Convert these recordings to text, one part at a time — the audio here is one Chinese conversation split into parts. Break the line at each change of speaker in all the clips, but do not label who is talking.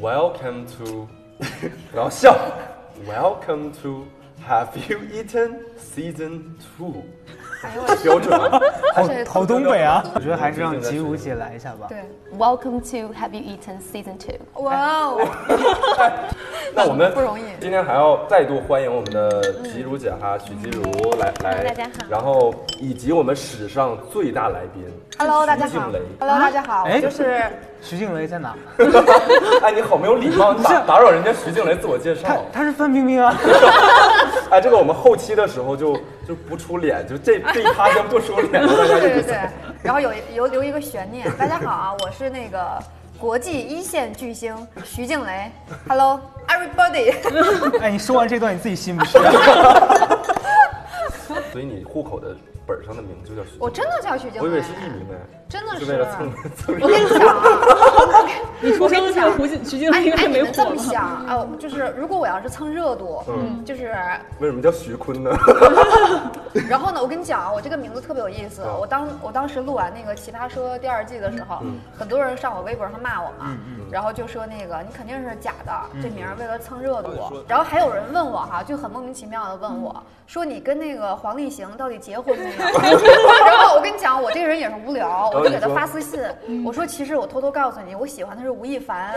Welcome to，然后笑，Welcome to。Have you eaten season two？标
哎
准啊，
好好东北啊！
我觉得还是让吉如 姐来一下吧。
对，
Welcome to Have You Eaten Season Two。
哇哦，
那我们
不容易
今天还要再度欢迎我们的吉如姐哈，许吉如来来，
大家好
然后以及我们史上最大来宾
Hello，大家
徐
好
静蕾。
Hello，大家好，
哎
我就是
徐静蕾在哪？
哎，你好没有礼貌，你打 打扰人家徐静蕾自我介
她
绍。
她是范冰冰啊。
哎，这个我们后期的时候就就不出脸，就这这一趴就不出脸了，大家
对
就
对对，然后有有留一个悬念。大家好啊，我是那个国际一线巨星徐静蕾。Hello，everybody。
哎，你说完这段你自己信不 信？
所以你户口的本上的名字就叫徐静蕾，
我真的叫徐静蕾，
我以为是艺名呢，
真的
就是为了蹭 蹭。
我跟你讲啊，
你出生的时候，胡静徐静
哎
应
哎，
该
你
没
们这
火
么
吧？
想啊，就是如果我要是蹭热度，
嗯
就是，
为什么叫徐坤呢？
然后呢，我跟你讲啊，我这个名字特别有意思。
嗯
我当我当时录完那个《奇葩说》第二季的时候，很多人上我微博上骂我嘛，然后就说那个你肯定是假的，这名儿为了蹭热度。然后还有人问我哈，就很莫名其妙的问我说你跟那个黄立行到底结婚没有？ 然后我跟你讲，我这个人也是无聊，我就给他发私信，我说其实我偷偷告诉你，我喜欢的是吴亦凡。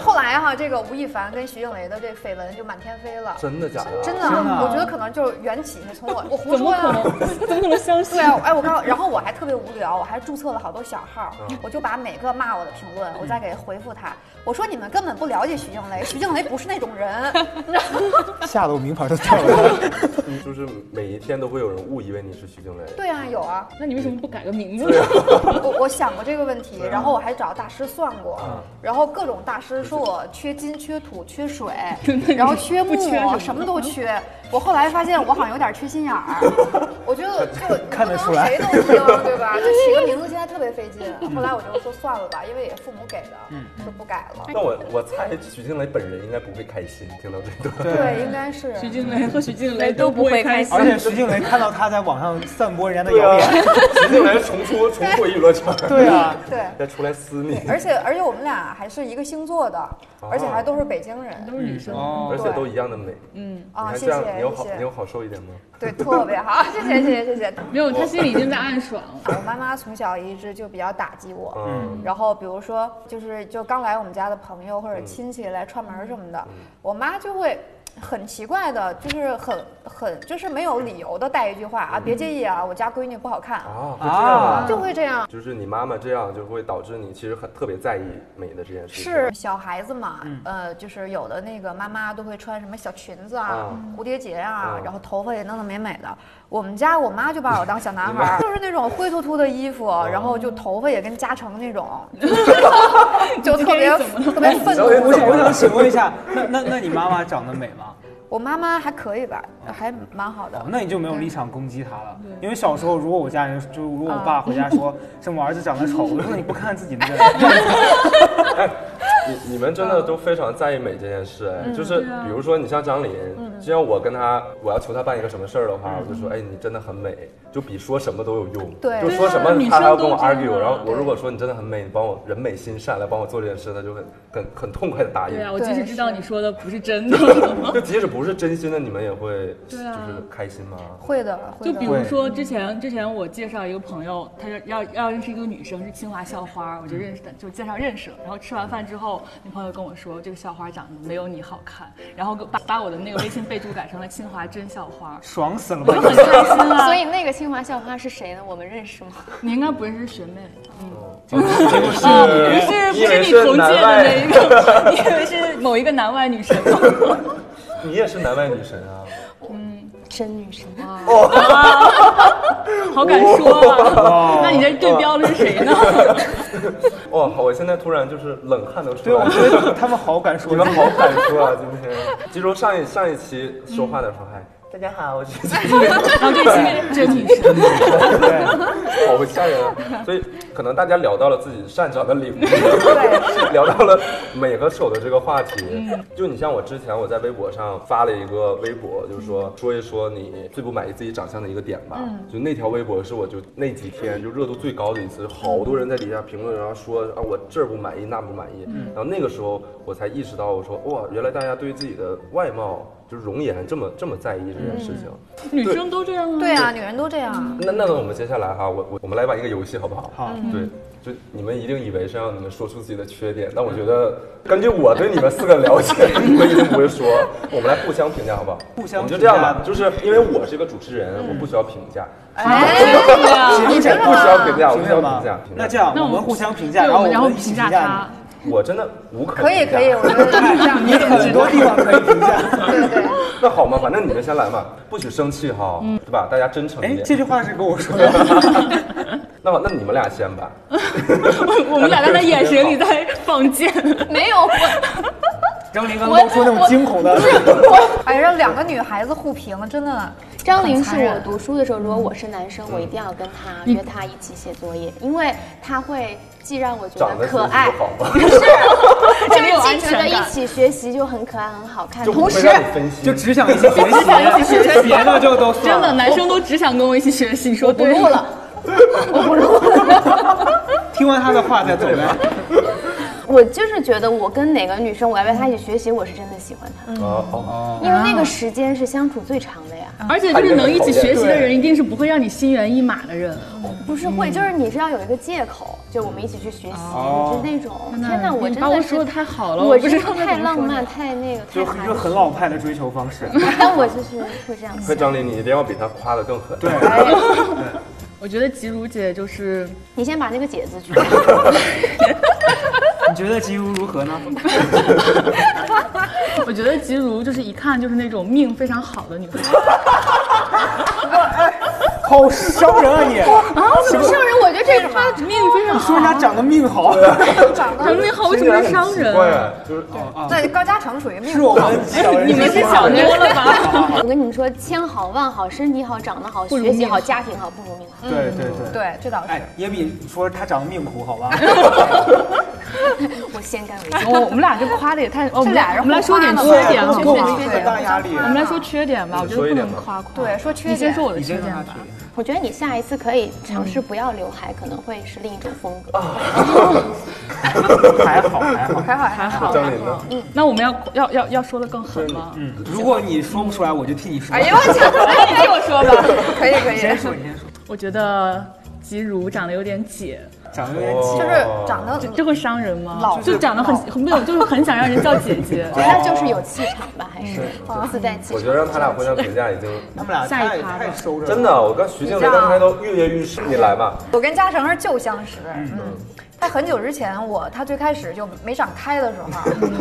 后来哈，这个吴亦凡跟徐静蕾的这绯闻就满天飞了。
真的假的？
真的，
啊
我觉得可能就是缘起是从我 我胡
怎
说
么
呀、
可能？怎么可能相 信
对？啊，哎，我刚，然后我还特别无聊，我还注册了好多小号
嗯，
我就把每个骂我的评论，我再给回复他。我说你们根本不了解徐静蕾，徐静蕾不是那种人。
吓得我名牌都掉了。
就是每一天都会有人误以为你是徐静蕾。
对啊，有啊，
那你为什么不改个名字
对
呢？
啊，
我我想过这个问题，然后我还找大师算过，然后各种大师说我缺金、缺土、缺水，然后缺木
不缺什，么
什么都缺。我后来发现我好像有点缺心眼儿，我觉得就
看
不
得
能
出来
谁都听，对吧？就起个名字现在特别费劲。后来我就说算了吧，因为也父母给的，就不改了。
那我我猜许静蕾本人应该不会开心听到这段。
对，应该是。
徐静蕾和许静
都
蕾哎都
不
不
会
会
开
开
心
心。
而且徐静蕾看到她在网上散播人 家的
对
谣
啊
言，，
徐静蕾重出重回娱乐场，
对 啊，
对，
再出来撕你，
而且而且我们俩还是一个星座的，而且还都是北京人
都是
啊
女生，
哦
而且都一样的美。
嗯，
啊！
你看
谢
这样
谢，
你有好
谢谢
你有好受一点吗？
对，特别好， 谢谢谢谢谢谢。
没有，她心里已经在暗爽了。
我妈妈从小一直就比较打击我，
嗯，
然后比如说就是就刚来我们家的朋友或者亲戚来串门儿什么的，我妈就会。很奇怪的，就是很很就是没有理由的带一句话啊，别介意啊，我家闺女不好看，
啊，会这样啊
啊。
就会这样。
就是你妈妈这样，就会导致你其实很特别在意美的这件事情。
是小孩子嘛，呃，就是有的那个妈妈都会穿什么小裙子啊、蝴蝶结啊，
嗯
然后头发也弄得美美的。我们家我妈就把我当小男孩儿， 就是哦那种灰秃秃的衣服，然后就头发也跟加成那种， 就特别
你这人怎
特别愤
你这人
我
怒。
想我想请问一下，那那那你妈妈长得美吗？
我妈妈还可以吧，还蛮好的
哦，。那你就没有立场攻击她了。因为小时候，如果我家人，就如果我爸回
啊
家 说，什么我儿子长得丑，我就说你不看看自己的人，
你你们真的都非常在意美这件事，
嗯
哎，就是
啊
比如说你像张琳，就像我跟她，我要求她办一个什么事儿的话，我就说，哎，你真的很美，就比说什么都有用。
对
就说什
嗯对啊
么
女
她
生
还要跟
都
我
这样
argue，然后我如果说你真的很美，你帮我人美心善来帮我做这件事，她就很很很痛快的答应
嗯
对。啊，我即使
对
知道你说的不是真的，
就即使不是真心的，你们也会就
对啊
是开心 吗？
会的，会
就
的
比。如说之前之前我介绍一个朋友，他是要要认识一个女生，是清华校花，我就认识的，就介绍认识了。然后吃完饭之后，那朋友跟我说这个校花长得没有你好看，然后给我把把我的那个微信备注改成了清华真校花。
爽死了
我
吧
就？很开心啊！
所以那个清华校花是谁呢？我们认识吗？
你应该不认识学妹，嗯，
哦就是
啊，不是不
你以为
是你
是
同届
南
的那
外，
一个， 你以为是某一个南外女神吗？
你也是南外女神啊！
真女神，
好敢说啊！ 那你这对标的是谁呢？
哇，我现在突然就是冷汗都出
对，
来
我
了。
觉得他们好敢说
你们好敢说啊！今天，记住上一上一期说话的时候还
大家好，我是
然后这期真女神，
好吓人啊！所以可能大家聊到了自己擅长的领域，
对
聊到了美和丑的这个话题。就你像我之前我在微博上发了一个微博，就是说说一说你最不满意自己长相的一个点吧。就那条微博是我就那几天就热度最高的一次，好多人在底下评论，然后说啊我这儿不满意那不满意。然后那个时候我才意识到，我说哇，原来大家对自己的外貌。就是容颜这么这么在意这件事情，
女生都这样吗？
对啊，女人都这
嗯
样。
那那我们接下来哈，我我我们来玩一个游戏好不好？
嗯
好，
对，就你们一定以为是让你们说出自己的缺点，但我觉得根据我对你们四个了解，你们一定不会说。我们来互相评价好不好？
互相
我们就
评
这样
价嗯
吧，就是因为我是一个主持人，我不需要评价，
哎
不需要评
啊
价，我不需要评价。评价
那这样
那
我
我
们
们
互相评价，
对，
然
我
后我
们然后
们一起
评
评
价
价
她。
我真的无可
可以
评价
可以，我觉得是这样。
你。你很多地方可以评价。
对对，
那好嘛，反正你们先来嘛，不许生气哈，对吧？大家真诚一
哎，
点。
这句话是跟我说的吗，
那好，那你们俩先吧。
我们俩在她眼神里在 放箭，
没 有，
张琳刚 刚说那种惊恐的，
哎，让两个女孩子互评，真的。
张琳是我读书的时候，如果我是男生，我一定要跟他约他一起写作业，因为他会既让我觉
长得
得可爱，
好吗？
啊就是
有
既
安
觉
全
得一
感
起学习就很可爱、很好看，
就不
同
会
时
让你分心，
就只想一起学习，别的就都算
真的，
了。
男生都只想跟我一起学习，你说对
录了。
听完他的话再走呗。
我就是觉得我跟哪个女生，我要不要她一起学习，我是真的喜欢她，
啊 哦，
因为那个时间是相处最长的呀。
而且就是能一起学习的人，一定是不会让你心猿意马的人。
不是
嗯
会，就是你是要有一个借口，就我们一起去学习，
哦
你是那种。
呐
天哪，我
你
真
把我
的
说
是
得太好了
我
我不
是
知道该
太
怎么
浪
说
漫，太那个，太
就
含
一个很
蓄。
老派的追求方 式。
但我就是会这样
那
想。
张琳，你一定要比他夸的更狠。
对，
我觉得吉如姐就是
你先把那个“姐”字去掉。
你觉得吉如如何呢？
我觉得吉如就是一看就是那种命非常好的女孩，
好伤人啊你！
什么伤人？我觉得这个她
命非常
说人
好，
家长得命好，
长得命好为什
听起
么
来
是
很
伤
奇
人？
怪啊，就是
那高嘉诚属于命
是。我们小人。啊
你们是想多了吧？
我跟你们说，千好万好，身体好，长得好，
不如
学习
命
好，
好
家庭好，不如命好。
对对对。
对，这倒是
哎。，也比说他长得命苦 好吧？
我先干为
我哦我们俩这夸的也太……哦，我们
俩人
我们来说点缺点
对
啊
吧，
给我
我
们一个大压力。
们来说缺点吧，我
你
觉
说
得
一
不
点
能
吧
夸夸。
对，说缺
你先
点
说。我的
你
缺
先
点
让他
吧
缺。 点。
我觉得你下一次可以尝
嗯
试不要刘海，可能会是另一种风格。
哦
啊
还好还好。
还好还 好。
张琳呢？
那我们要要要要说的更狠吗？
嗯，如果你说不出来，我就替你说。
哎呦我去！
那你替哎我说吧。
可以可以，
先说，你先说。
我觉得吉如长得有点姐，
长得有点挤
就是长得
这会伤人吗？
老
就长得很很没有，就是很想让人叫姐姐。
觉得就是有气场吧，还是哦自带气场。
我觉得让他俩互相评价已 经
他们俩
下
太
一趴吧
太收着了。
真的，我跟徐静蕾
啊
刚才都跃跃欲试。你来吧，
我跟嘉诚是旧相识，嗯。他很久之前，我他最开始就没长开的时 候，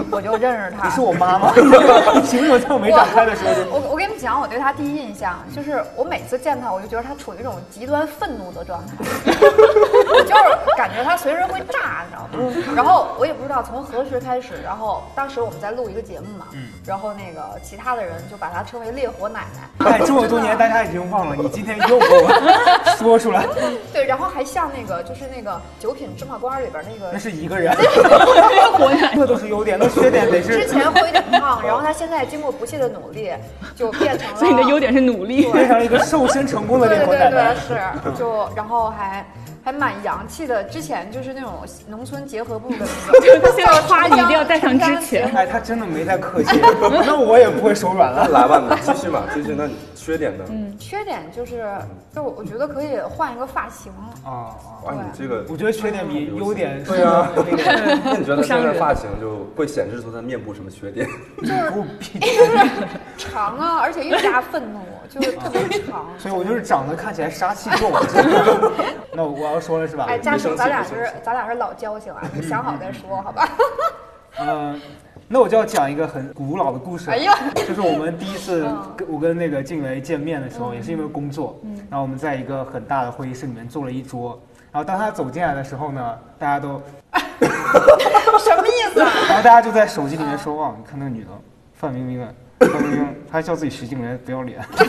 我就认识他。
你是我妈吗？你凭什么在我没展开的时候就？
我我跟你们讲，我对他第一印象就是，我每次见他，我就觉得他处于一种极端愤怒的状 态，我就是感觉他随时会炸，你知道吗？然后我也不知道从何时开始，然后当时我们在录一个节目嘛，
嗯
然后那个其他的人就把他称为烈火奶奶，
哎，这么多年大家已经忘了，你今天又给我说出来，
对，然后还像那个就是那个《九品芝麻官》里边那个
那是一个人。这都是优点，那缺点得
之
是
前会有 点胖，然后他现在经过不懈的努力，就变成了。
所以你的优点是努力。
变成了一个瘦身成功的
对
灵
对
魂
对
奶
对
奶。
是，就然后还还蛮洋气的。之前就是那种农村结合部的那种，
现在夸你一定要带上之前
哎，他真的没在客气，那我也不会手软了。
来吧，你继续吧，继续。那你缺点呢？
嗯
缺点就是，就我觉得可以换一个发型。
啊，
哇，你这个，
我觉得缺点比优点
对啊
那个
那你觉得他现在发型就会显示出他面部什么缺点？
长啊，而且越加愤怒，就是特别长。
所以我就是长得看起来杀气重。那我要说了是吧？
哎，嘉诚，
没生气
咱俩
没生
是咱俩是老交情啊，你想好再说好吧？
嗯，那我就要讲一个很古老的故事了。
哎嗯呀
就是我们第一次跟我跟那个静蕾见面的时候，
嗯
也是因为工作，然后我们在一个很大的会议室里面坐了一桌。然后当他走进来的时候呢，大家都，
什么意思啊？
然后大家就在手机里面说：“哇，你看那个女的，范冰冰啊，他笑自己十几个人不要脸，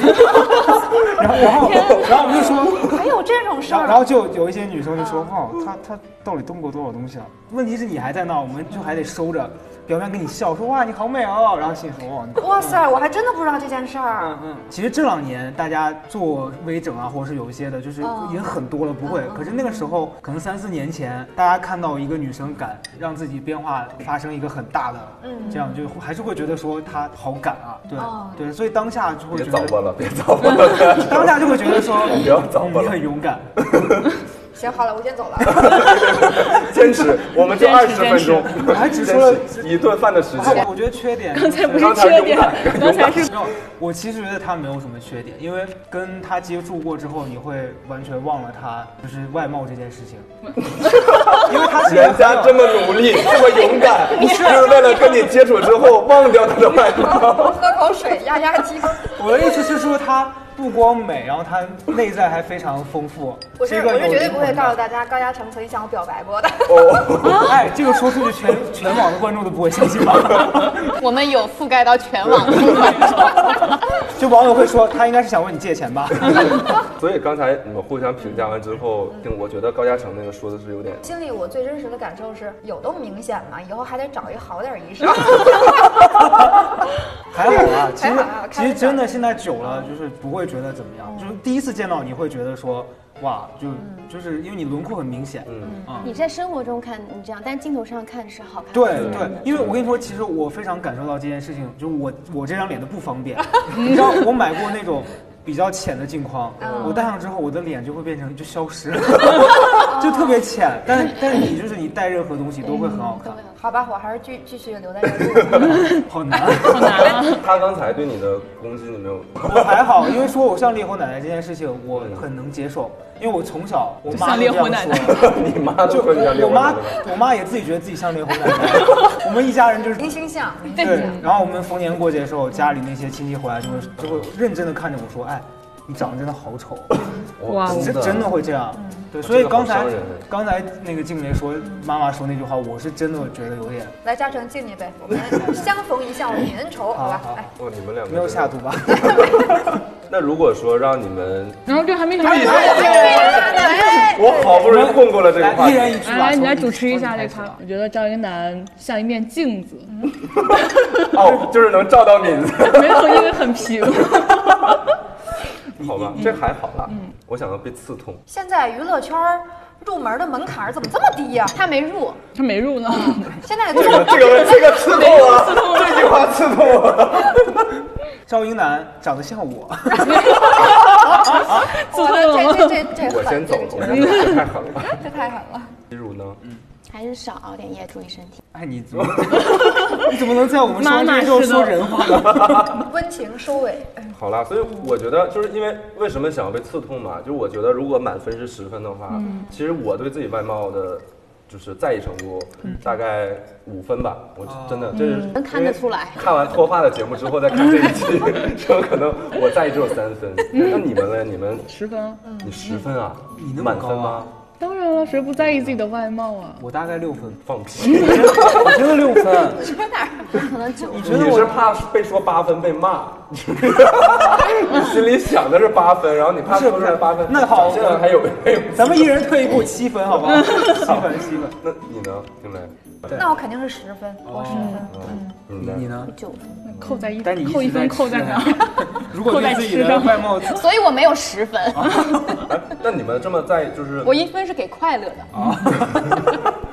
然后然后然后我们就说，
还有这种事
然后
儿？
然后就有一些女生就说，哦，他他到底动过多少东西啊？问题是你还在那儿，我们就还得收着，表面跟你笑说哇你好美哦，然后心里说哇你
哇塞，我还真的不知道这件事儿
嗯。嗯，其实这两年大家做微整啊，或者是有一些的，就是
嗯
已经很多了，不会。可是那个时候，可能三四年前，大家看到一个女生敢让自己变化发生一个很大的，
嗯
这样就还是会觉得说她好敢啊，对、
哦
对，所以当下就会
别
觉
早
得，
吧了，别早吧了。
当下就会觉得说，
不要早吧
嗯你
了
很勇 敢，
行，好了，我先走了。
坚持，我们就
坚
二
持
十分钟，
我还只说了
坚持一顿饭的时
然后
间。
我觉得缺点
刚才不
是
是缺点，刚才是
没有，我其实觉得他没有什么缺点，因为跟他接触过之后，你会完全忘了他就是外貌这件事情，因为他是一个
人家
很
这么努 力，这么勇敢，就是为了跟你接触之 后忘掉他的外貌。
喝口水压压惊。
我的意思是说，她不光美，然后她内在还非常丰富。
我是
一
我
个
是
有
绝对
灵
不会
魂
告诉
的。
大家高嘉诚曾经向我表白过的。
哦，
哎，这个说出去全全网的观众都不会相信吧？
我们有覆盖到全网的部分。
就网友会说，他应该是想问你借钱吧？
所以刚才你们互相评价完之后，听我觉得高嘉诚那个说的是有 点
心里我最真实的感受是，有都明显嘛，以后还得找一好点儿 医生。
还好啊，其实
还好啊
啊其实真的现在久了，就是不会觉得怎么样，就是第一次见到你会觉得说，哇，就就是因为你轮廓很明显，
嗯
嗯
你在生活中看你这样，但镜头上看是好看。
对对，因为我跟你说，其实我非常感受到这件事情，就是我我这张脸的不方便。你知道，我买过那种比较浅的镜框，我戴上之后，我的脸就会变成就消失了，就特别浅。但是但是你就是你戴任何东西都会很好看，
好吧，我还是继继续留在这里。
好难。
好难啊！
他刚才对你的攻击，你没有？
我还好，因为说我像烈火奶奶这件事情，我很能接受，因为我从小我妈
像
就这
烈火
样
奶
说
奶
的。
你妈
就
都说你像
我
刘
我妈，我妈也自己觉得自己像烈火奶奶。我们一家人 就是
明星相，明星
对
嗯
相，，
然后我们逢年过节的时候，家里那些亲戚回来就会就会认真的看着我说，哎，你长得真的好丑，
哇
我
真真的会啊这样。
嗯
对，所以刚才刚才那个静蕾说妈妈说那句话，我是真的觉得有点
来嘉诚敬你呗，我们相逢一笑泯恩仇，好吧哎
好好？
来，
哦，你们两个
没有下毒吧？
那如果说让你 们，
然后这还没什么。
哎
哎我好不容易混过了这个话
来一人一
题，
句吧。
哎来，你来主
从
持一下
从
这
你开始
趴
吧。
我觉得赵英男像一面镜子，
哦，就是能照到你。
没有，因为很平。
好吧，这还好啦。
嗯
我想要被刺痛，
现在娱乐圈儿入门的门槛儿怎么这么低呀？
他没入，
他没入呢。
现在
这个这个这个刺痛啊，这句话刺痛啊。
赵英男长得像我，
哇这这这这
我先
狠，
走
这
了，
个
我
绝
先走了太狠了。
这太狠了。
比如呢？
还是少熬点夜，注意身体。
哎，你怎么 你怎么能在我们说
妈
完
妈
这之后
是的
说人话呢？
温情收尾，
好啦，所以我觉得就是因为为什么想要被刺痛嘛，就是我觉得如果满分是十分的话，
嗯
其实我对自己外貌的。就是在意程度大概五分吧，我真的这是
嗯能看得出来
看完脱发的节目之后再看这一 期，说可能我在意只有三分。
嗯
那你们呢？你们
十分，
你十分啊？
你那么
满
高
分
啊
吗？
当然了，谁不在意自己的外貌啊？
我大概六分，
放屁！
我真的六分。
可能九
你觉得
你是
我
怕被说八分被骂， 你心里想的是八分，然后你怕
不
说
是不
出
是
来八分，
那好
现在还有没有？
咱们一人退一步，七分好不好？七分七分。
那你呢，丁磊？
那我肯定是十分，我十分。
嗯，你
你
呢？
呢？
九分，
扣在一
但你，
扣一分扣在哪儿？
啊 如果对自己
扣在
的
吃上
外 貌，
所以我没有十分，
哎，那你们这么在意就是啊
我，一分是给快乐的。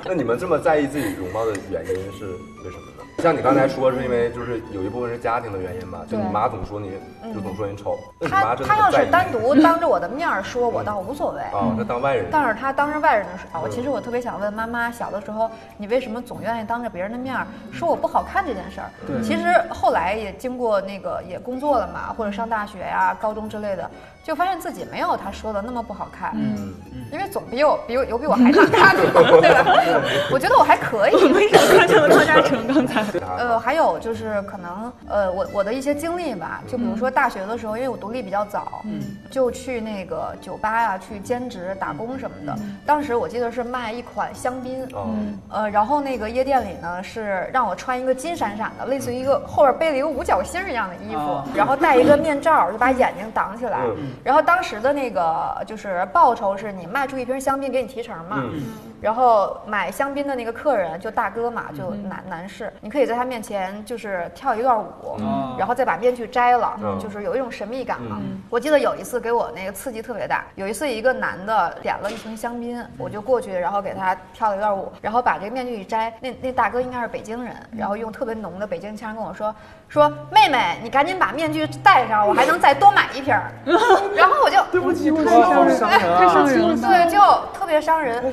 那你们这么在意自己容貌的原因是为什么呢？像你刚才说，是因为就是有一部分是家庭的原因嘛，就你
对
妈总说你，就总说你丑，那你
他
嗯妈真的
他要
很在
是
意
单独当着我的面儿说我，倒无所谓。
啊，那当外人，
但是他当着外人的时
嗯
候，我其实我特别想问妈妈，小的时候你为什么总愿意当着别人的面儿说我不好看这件事儿？
对
其实后来也经过那个也工作了嘛，或者上大学呀、高中之类的，就发现自己没有他说的那么不好看。
嗯，
因为总比我比我有比我还大 咖，对吧？我觉得我还可以。
为啥看见了赵嘉诚刚才？
呃，还有就是可能呃，我我的一些经历吧，就比如说大学的时候，因为我独立比较早，嗯，就去那个酒吧呀、去兼职打工什么的。当时我记得是卖一款香槟，
嗯，
呃，然后那个夜店里呢是让我穿一个金闪闪的，类似于一个后边背了一个五角星一样的衣服
哦，
然后戴一个面罩，就把眼睛挡起来
嗯。
然后当时的那个就是报酬是你卖出一瓶香槟给你提成嘛，
嗯，
然后买香槟的那个客人就大哥嘛，就
嗯
男男士，你可以在他面前就是跳一段舞，
哦
嗯
然后再把面具摘了，
嗯
就是有一种神秘感嘛。
嗯
我记得有一次给我那个刺激特别大，有一次一个男的点了一瓶香槟，我就过去，然后给他跳了一段舞，然后把这个面具一摘，那那大哥应该是北京人，然后用特别浓的北京腔跟我说说妹妹，你赶紧把面具戴上，我还能再多买一瓶儿。 然后我就对不起，
哇好伤人啊！
对，就特别伤人。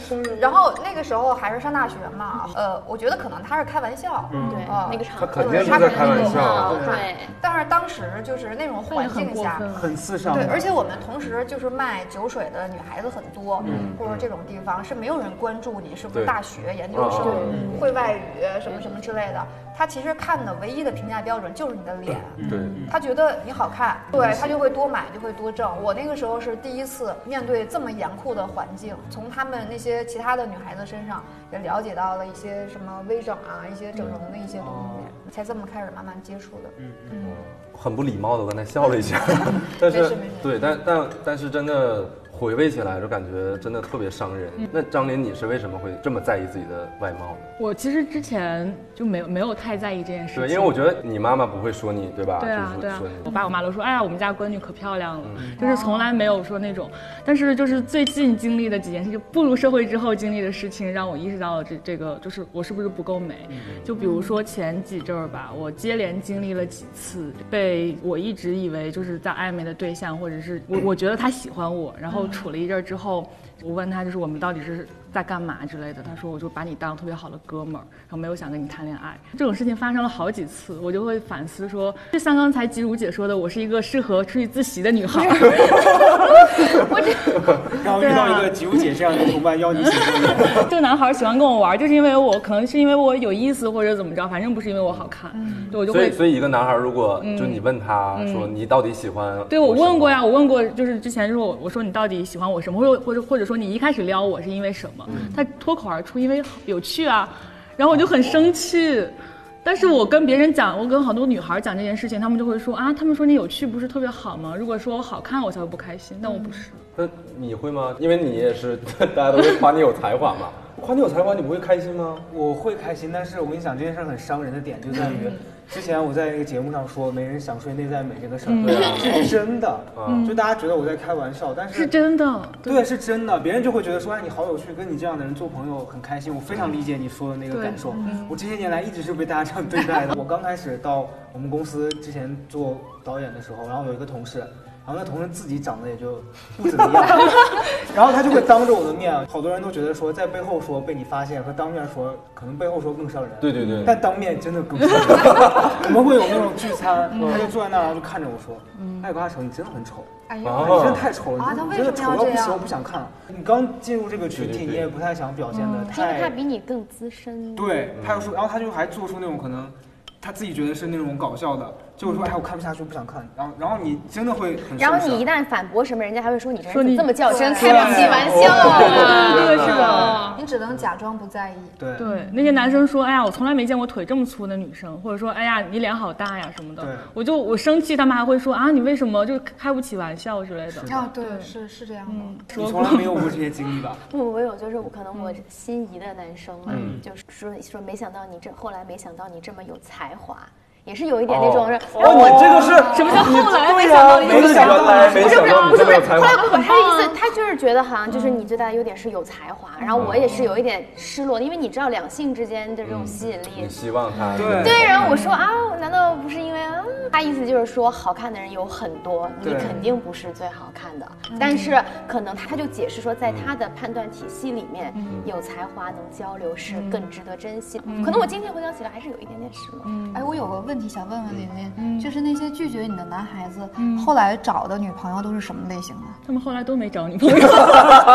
然后那个时候还是上大学嘛，呃，我觉得可能他是开玩笑，
对
啊，
那个
他
场
肯
合
定是在开玩笑，啊
对，
但是当时就是那种环境下。
很刺伤啊的。
对，而且我们
嗯
同时就是卖酒水的女孩子很多，嗯或者这种地方是没有人关注你是不是
对
大学研究生
啊啊
会外语什么什么之类的。他其实看的唯一的评价标准就是你的脸，
对，嗯
他觉得你好看，对他就会多买，就会多挣。我那个时候是第一次面对这么严酷的环境，从他们那些其他的女孩子身上也了解到了一些什么微整啊，一些整容的一些东
嗯
西，才这么开始慢慢接触的。
很不礼貌的，我刚才笑了一 下，但
没
是
事没事
对，但但但是真的回味起来就感觉真的特别伤人。
嗯
那张琳，你是为什么会这么在意自己的外貌呢？
我其实之前就没有没有太在意这件事情，
对，因为我觉得你妈妈不会说你，对吧？
对啊，
就
对
是嗯
啊
说，
我
你。
爸我妈都说，哎呀，我们家闺女可漂亮了，就是从来没有说那种。但是就是最近经历的几件事，就步入社会之后经历的事情，让我意识到了这这个就是我是不是不够美。
嗯
就比如说前几阵儿吧，我接连经历了几次被我一直以为就是在暧昧的对象，或者是我我觉得他喜欢我，然后处了一阵儿之后，我问他就是我们到底是在干嘛之类的，他说我就把你当特别好的哥们儿，然后没有想跟你谈恋爱。这种事情发生了好几次，我就会反思说，就像刚才吉如姐说的，我是一个适合出去自习的女孩儿。
啊
然后遇到一个吉如姐这样的同伴邀你一起过夜，
这个男孩儿喜欢跟我玩儿，就是因为我可能是因为我有意思或者怎么着，反正不是因为我好看，对我就
所以
会。嗯
所以一个男孩如果就你问他说你到底喜欢什么，
对，我问过呀，我问过，就是之前就是我我说你到底喜欢我什么，或者或者或者说你一开始撩我是因为什么，他脱口而出因为有趣啊，然后我就很生气。但是我跟别人讲，我跟好多女孩讲这件事情，她们就会说啊，她们说你有趣不是特别好吗？如果说我好看，我才会不开心。但我不是，
那你会吗？因为你也是， 大家都会夸你有才华嘛。夸你有才华，你不会开心吗？
我会开心。但是我跟你讲，这件事儿很伤人的点就在
嗯
于，之前我在那个节目上说没人想睡内在美这个事
嗯
儿， 是真的，就大家觉得我在开玩笑，但
是
是。
真的。
对，是真的，别人就会觉得说，哎，你好有趣，跟你这样的人做朋友很开心。我非常理解你说的那个
对
感受，我这些年来一直是被大家这样对待的。我刚开始到我们公司之前做导演的时候，然后有一个同事，然后那同事自己长得也就不怎么样，然后他就会当着我的面，好多人都觉得说，在背后说被你发现和当面说，可能背后说更伤人。
对对对
但当面真的更伤人。我们会有那种聚餐，他就坐在那儿，然后就看着我说，哎，高大成，你真的很丑。
哎
啊
呦，
你真的太丑了，
啊
你
他为
真的
什
丑
么要
到不
这样
行，我不想看。你刚进入这个群
对
体，
对对
你也不太想表现
嗯
的
是因为他
太，
比你更资深。
对，他又说，然后他就还做出那种可能他自己觉得是那种搞笑的，就是说，哎，我看不下去，我不想看。然后，然后你真的会很
然后
受
你
伤
一旦反驳什么，人家还会说你这
说
人
你
怎么这么较真，
对
开不起玩笑
哦
啊！
对，是的。
你只能假装不在意。
对
对，那些男生说，哎呀，我从来没见过腿这么粗的女生，或者说，哎呀，你脸好大呀什么
对
的，我就我生气，他们还会说啊，你为什么就是开不起玩笑之类的。
啊，对，是是这样的。
你从来没有过这些经 历吧？
不，我有就是我可能我心仪的男生嘛，
嗯
就是说说没想到你这后来没想到你这么有才华，也是有一点那种是，
哦，你这个是
什么叫后来没
对
想
呀，
到你
没想到来没想到你这么有才华
后来。不管他意思，他就是觉得好像就是你最大的优点是有才华，然后我
嗯
也是有一点失落，因为你知道两性之间的这种吸引力
你。希望他
对
对，然后我说啊，难道不是因为啊？他意思就是说，好看的人有很多，你
对
肯定不是最好看的。
嗯
但是可能他就解释说，在他的判断体系里面，
嗯
嗯
有才华能交流是更值得珍惜。可能我今天回想起来还是有一点点失落。
哎，我有个问
题想问问琳琳，就是那些拒绝你的男孩子，后来找的女朋友都是什么类型的？
他们后来都没找女朋友，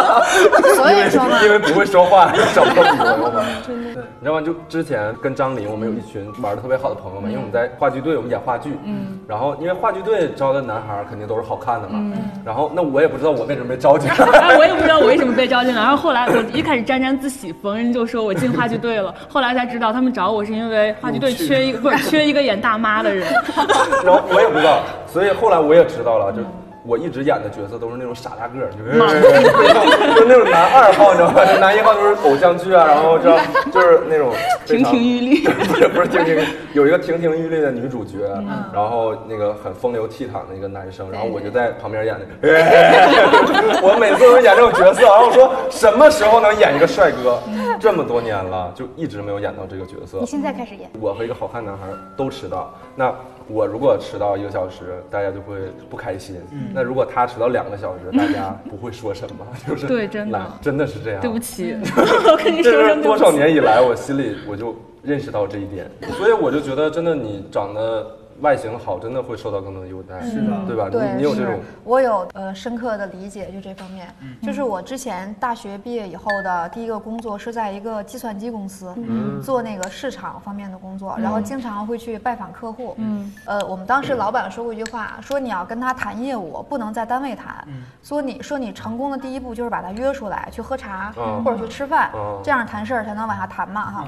所以说嘛，
因为不会说话，找不到女朋友嘛。真的，你知道吗？就之前跟张琳，我们有一群玩的特别好的朋友嘛，因为我们在话剧队，我们演话剧，嗯，然后因为话剧队招的男孩儿肯定都是好看的嘛，然后那我也不知道我为什么被招进来，
哎，我也不知道我为什么被招进来。然后后来我一开始沾沾自喜，逢人就说我进话剧队了。后来才知道，他们找我是因为话剧队缺一个 不是缺一个演大妈的人。
然后我也不知道，所以后来我也知道了，就。我一直演的角色都是那种傻大个儿，就是 就是那种男二号，你知道吧？就男一号都是偶像剧啊，然后这样就是那种非
亭
常
亭玉立，
不是不是亭亭，有一个亭亭玉立的女主角，
嗯
然后那个很风流倜傥的一个男生，然后我就在旁边演的， 我每次都演这种角色，然后我说什么时候能演一个帅哥？
嗯
这么多年了，就一直没有演到这个角色
你。现在开始演，
我和一个好看男孩都迟到，那我如果迟到一个小时，大家就会不开心；
嗯
那如果他迟到两个小时，大家不会说什么， 就是
对真的
懒真的是这样。
对不起，我 跟你说
这
声
是
对
多
不
少
起。
年以来，我心里我就认识到这一点，所以我就觉得，真的你长得外形好，真的会受到更多的优待，是
的
对吧？
对，
你你有这
是
种，
我有呃深刻的理解，就这方面，就是我之前大学毕业以后的第一个工作是在一个计算机公司，
嗯
做那个市场方面的工作，然后经常会去拜访客户。嗯，呃，我们当时老板说过一句话，说你要跟他谈业务，不能在单位谈，说你说你成功的第一步就是把他约出来去喝茶
哦
或者去吃饭
哦，
这样谈事儿才能往下谈嘛哈。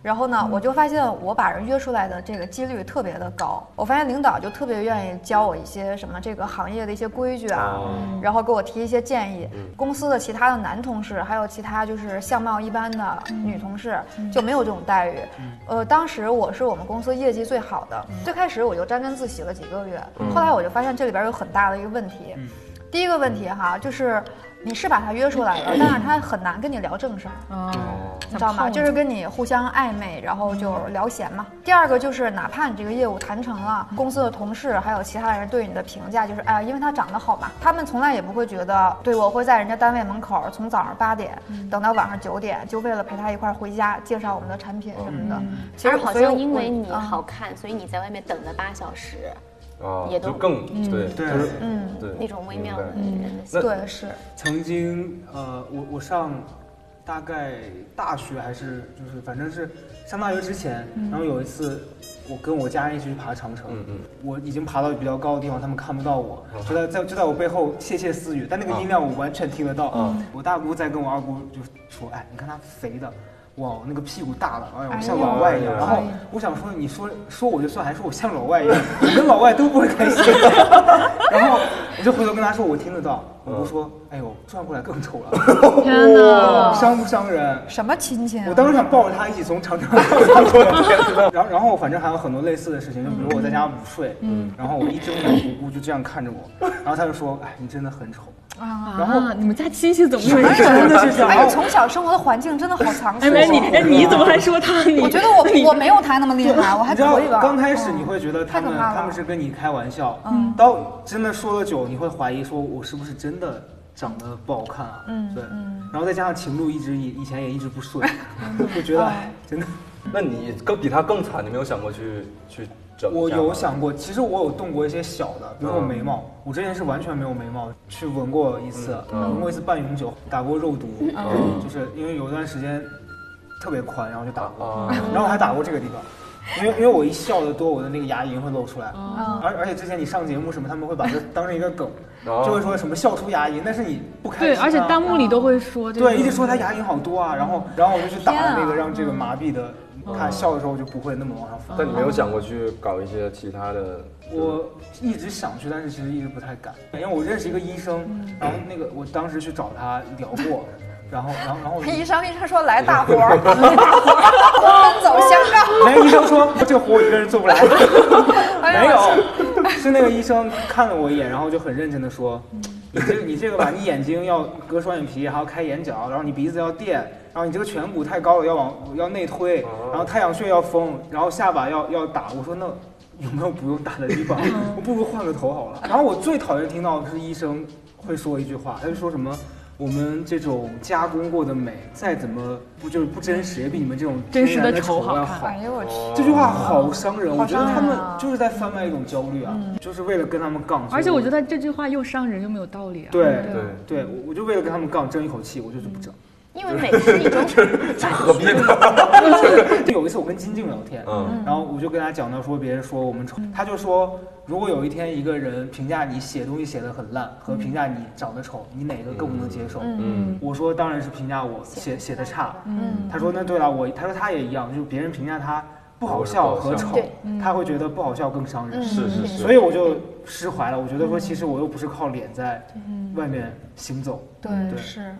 然后呢，我就发现我把人约出来的这个几率特别的高。我发现领导就特别愿意教我一些什么这个行业的一些规矩啊
哦，
然后给我提一些建议。公司的其他的男同事，还有其他就是相貌一般的女同事就没有这种待遇。呃，当时我是我们公司业绩最好的，最开始我就沾沾自喜了几个月，后来我就发现这里边有很大的一个问题。第一个问题哈，就是你是把他约出来了，但是他很难跟你聊正事儿。
哦
你知道吗？就是跟你互相暧昧，然后就
嗯
聊闲嘛。第二个就是，哪怕你这个业务谈成了，公司的同事还有其他人对你的评价就是，哎呀，因为他长得好嘛，他们从来也不会觉得，对我会在人家单位门口从早上八点
嗯
等到晚上九点，就为了陪他一块儿回家介绍我们的产品什么的。其实
嗯而好
所以我
像因为你
嗯
好看，所以你在外面等了八小时，
啊
也，都
就更对，
对
就是
嗯
对
那种微妙的
明白
人的
那
心。
对，是，
曾经，呃，我我上大概大学还是就是反正是上大学之前，
嗯
然后有一次我跟我家人一起去爬长城，
嗯嗯
我已经爬到比较高的地方，他们看不到我，就在在就在我背后窃窃私语，但那个音量我完全听得到。
嗯
我大姑在跟我二姑就说：“哎，你看她肥的。”哇，那个屁股大了，哎呀，
哎
我
呦
像老外一样。
哎呀
然后我想说，你说说我就算，还说我像老外一样，我跟老外都不会开心。然后我就回头跟他说，我听得到。我姑说，哎呦，转过来更丑了，
天哪！
伤不伤人？
什么亲戚、啊？
我当时想抱着他一起从长城上过来， 然后然后反正还有很多类似的事情，就比如我在家午睡，
嗯
然后我一睁眼，我姑就这样看 着我，然后他就说，哎，你真的很丑，然后
啊，你们家亲戚怎么回事？
真的是这样。
哎
然
呦，
后
从小生活的环境真的好残酷啊
哎，。没你，哎，你怎么还说他？你
我觉得我我没有他那么厉害，我还
你知
可
道
以吧。
刚开始
嗯
你会觉得他们
太可怕了嗯
他们是跟你开玩笑，到真的说了久，你会怀疑说我是不是真的长得不好看啊？
嗯
对，然后再加上情路一直以以前也一直 不顺，我觉得
嗯
哎，真的。
那你更比他更惨，你没有想过去去整？
我有，想过，其实我有动过一些小的，比
嗯
如说眉毛，我之前是完全没有眉毛，去纹过一次，
嗯
嗯纹过一次半永久，打过肉毒，
嗯
嗯就是因为有一段时间特别宽，然后就打过嗯
啊，
然后还打过这个地方。因为因为我一笑的多，我的那个牙龈会露出来，
哦
嗯
而而且之前你上节目什么，他们会 把这当成一个梗，
哦
就会说什么笑出牙龈，但是你不开心
对，
啊、
而且弹幕里都会说这个，
对一直说他牙龈好多啊，然后然后我就去打了那
天
个
啊
让这个麻痹的，
嗯
他笑的时候就不会那么往上翻。
但你没有想过去搞一些其他的，
我一直想去，但是其实一直不太敢，因为我认识一个医生，然后那个我当时去找他聊过，然后然后然后我就
医生医生说来大活儿， 来大活儿，奔走相告。
没有医生说这个活我一个人做不来，
哎
哎
没有， 是那个医生看了我一眼，然后就很认真的说，你这你这个吧，你眼睛要割双眼皮，还要开眼角，然后你鼻子要垫，然后你这个颧骨太高了，要往要内推，然后太阳穴要丰，然后下巴要要打。我说那。有没有不用打的地方？
嗯
我不如换个头好了。然后我最讨厌听到的是医生会说一句话，他就说什么我们这种加工过的美，再怎么不就是不真实，也比你们这种
真实的
天然的丑
丑好
要
看
好
哎。呦我去！
这句话好伤人，我觉得他
伤
们
人啊
就是在贩卖一种焦虑啊，就是为了跟他们杠。
而且我觉得这句话又伤人又没有道理啊。
对
对
对，我我就为了跟他们杠争一口气，我就是不争。
因为美是一种
何必呢？
有一次我跟金靖聊天，
嗯
然后我就跟他讲到说别人说我们丑，他就说如果有一天一个人评价你写东西写的很烂和评价你长得丑，你哪个更不能接受？
嗯，
我说当然是评价我写写的差。
嗯，
他说那对了，我他说他也一样，就是别人评价他不好笑和丑
对，
他会觉得不好笑更伤人。
是是是，
所以我就释怀了，我觉得说其实我又不是靠脸在外面行走，
对
对
是，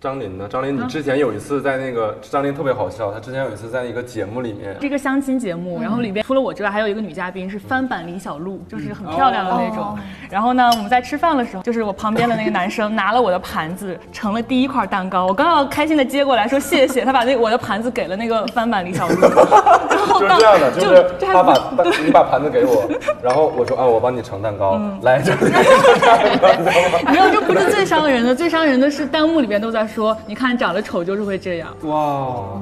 张琳呢？张琳，你之前有一次在那个张琳特别好笑，她之前有一次在一个节目里面，
这个相亲节目，然后里边除了我之外，还有一个女嘉宾是翻版李小璐，就是很漂亮的那种。 然后呢，我们在吃饭的时候，就是我旁边的那个男生拿了我的盘子，盛了第一块蛋糕，我刚要开心的接过来说谢谢，他把那我的盘子给了那个翻版李 小璐，然
就
后
是
当
这样的，
就
就是
这
他
还
把
不
他你把盘子给我，然后我说啊，我帮你盛蛋糕，
嗯
来这里，
没有，这不是最伤人的，最伤人的是弹幕里边都在说，你看长得丑就是会这样。
哇，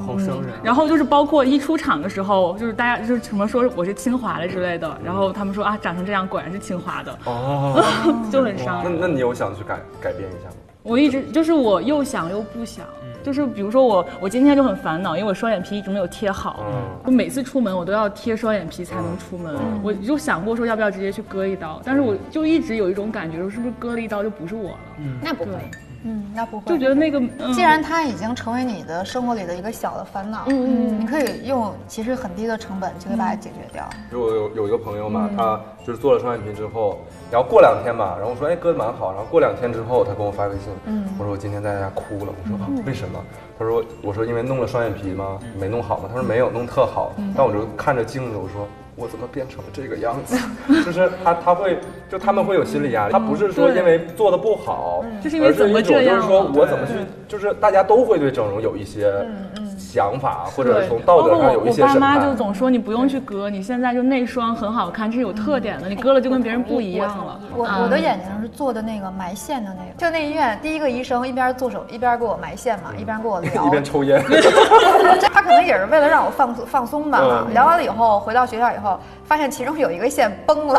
好伤人。
然后就是包括一出场的时候，就是大家就是什么说我是清华的之类的，然后他们说啊长成这样果然是清华的，
哦，
就很伤
那
人。
那你有想去改改变一下吗？
我一直就是我又想又不想，
嗯
就是比如说我我今天就很烦恼，因为我双眼皮一直没有贴好，
嗯
我每次出门我都要贴双眼皮才能出门，我就想过说要不要直接去割一刀，但是我就一直有一种感觉，说是不是割了一刀就不是我了，
那不会
对，，
嗯，那不会。
就觉得那个 嗯
既然它已经成为你的生活里的一个小的烦恼，
嗯
你可以用其实很低的成本就可以把它解决掉。
就我有有一个朋友嘛，
嗯
他就是做了双眼皮之后，然后过两天吧，然后我说哎割的蛮好，然后过两天之后他给我发微信，
嗯
我说我今天在家哭了，我说啊为什么？他说我说因为弄了双眼皮吗？
嗯
没弄好吗？他说没有，弄特好，但我就看着镜子我说。我怎么变成了这个样子？ 就是他，他会，就他们会有心理压力。他不是说
嗯对嗯
因为做的不好，
就是因为
而是
怎么
一种
这样啊
就是说
了
我怎么去，就是大家都会对整容有一些想法，或者
对，
从道德上有一些
嗯包括
审
我我爸妈
判。
就总说你不用去割，你现在就内双很好看，这是有特点的，你割了就跟别人不一样了。
我我的眼睛是做的那个埋线的那个，就那医院第一个医生一边做手一边给我埋线嘛，一边跟我 聊，
一边抽 烟。
他可能也是为了让我放松放松吧。
嗯
聊完了以后，回到学校以后，发现其中有一个线崩 了，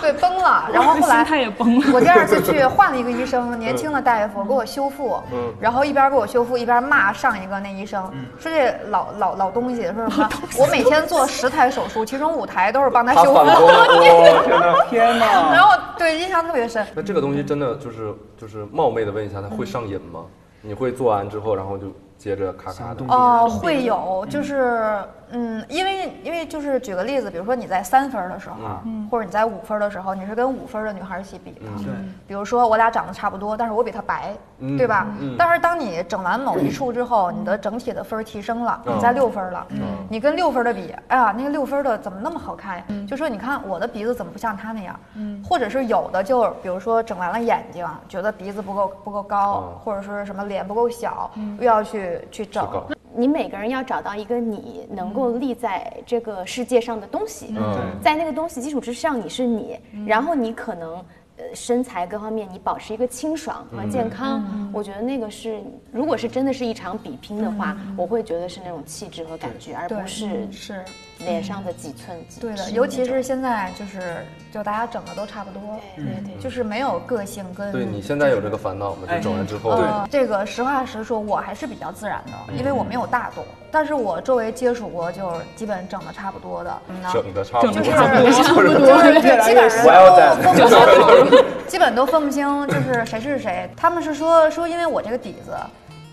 对，崩了。然后后来
心态也崩了
我第二次去换了一个医生，年轻的大夫给我修复，
嗯
然后一边给我修复一边骂上一个那医生，说这老老老东西，说什么我每天做十台手术，其中五台都是帮他
他
修
反
复。
攻，我天哪！
天哪！
然后对印象特别深，
那这个东西真的就是就是冒昧的问一下，它
嗯
会上瘾吗？你会做完之后，然后就接着咔咔
想
的
动，
哦，会有，就是嗯，因为因为就是举个例子，比如说你在三分儿的时候，
嗯
或者你在五分儿的时候，你是跟五分儿的女孩儿一起比的。
嗯
对，
比如说我俩长得差不多，但是我比她白，
嗯
对吧？
嗯
但是当你整完某一处之后，你的整体的分儿提升了，
嗯
你在六分儿了，
嗯
你跟六分儿的比，哎呀，那个六分儿的怎么那么好看呀？
嗯
就说你看我的鼻子怎么不像她那样？或者是有的就比如说整完了眼睛，觉得鼻子不够不够高
哦，
或者说是什么脸不够小，
嗯
又要去去整。
搞。
你每个人要找到一个你能够立在这个世界上的东西，
嗯
在那个东西基础之上，你是你，
嗯
然后你可能。呃，身材各方面你保持一个清爽和
嗯
健康，我觉得那个是，如果是真的是一场比拼的话，
嗯
我会觉得是那种气质和感觉，而
对
不是
是
脸上的几寸
嗯
几
对的，
尺
尤
那
其
种
是现在就是就大家整的都差不多，
对对对，
就是没有个性跟
对你现在有这个烦恼吗？就整完之后，
呃，这个实话实说，我还是比较自然的，因为我没有大动，但是我周围接触过就是基本整的差不多的，嗯呐
整的差不多，
就是差
不
就
多。
是这基本上
我要在
都分 不清，基本都分不清就是谁是谁。他们是说说，因为我这个底子，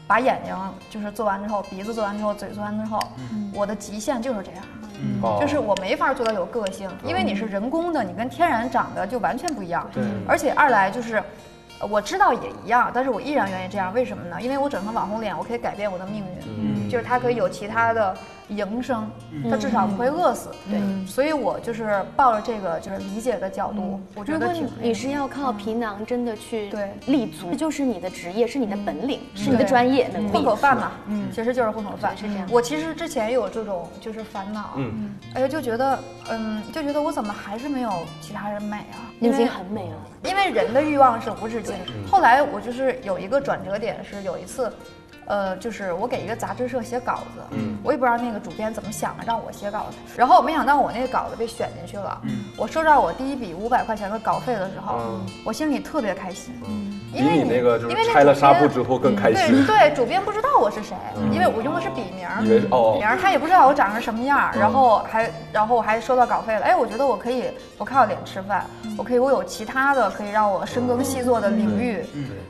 把眼睛就是做完之后，鼻子做完之后，嘴做完之后，
嗯
我的极限就是这样。
哦
就是我没法做到有个性，因为你是人工的，你跟天然长得就完全不一样。
对
而且二来就是。呃我知道也一样，但是我
嗯
依然愿意这样，为什么呢？因为我整成网红脸，我可以改变我的命运，就是它可以有其他的营生，它至少不
嗯
会饿死。对，所以我就是抱着这个就是理解的角度，我觉
嗯如
得
果
挺哎
你你是要靠皮囊真的去
对嗯
立足，这就是你的职业，是你的本领，是你的专业能
混
力。
口饭嘛，其实就是混口饭。
是这样
我其实之前也有这种就是烦恼，
嗯
哎呀就觉得，嗯，就觉得我怎么还是没有其他人美啊？
你已
因为
经很美了，
因为人的欲望是无止境。
嗯
后来我就是有一个转折点，是有一次，呃，就是我给一个杂志社写稿子，
嗯
我也不知道那个主编怎么想的，让我写稿子。然后我没想到我那个稿子被选进去了。我收到我第一笔五百块钱的稿费的时候，
嗯
我心里特别开心，
比
因为
你那个就
嗯因为
是
那
拆了
主
纱布
编
之后更开
对
心，
对，主编不知道我是谁，因为我用的是笔名儿，
以为是哦
笔名儿他也不知道我长成什么样儿，然后还然后我还收到稿费了，哎，我觉得我可以不靠脸吃饭，我可以我有其他的可以让我深耕细作的领域，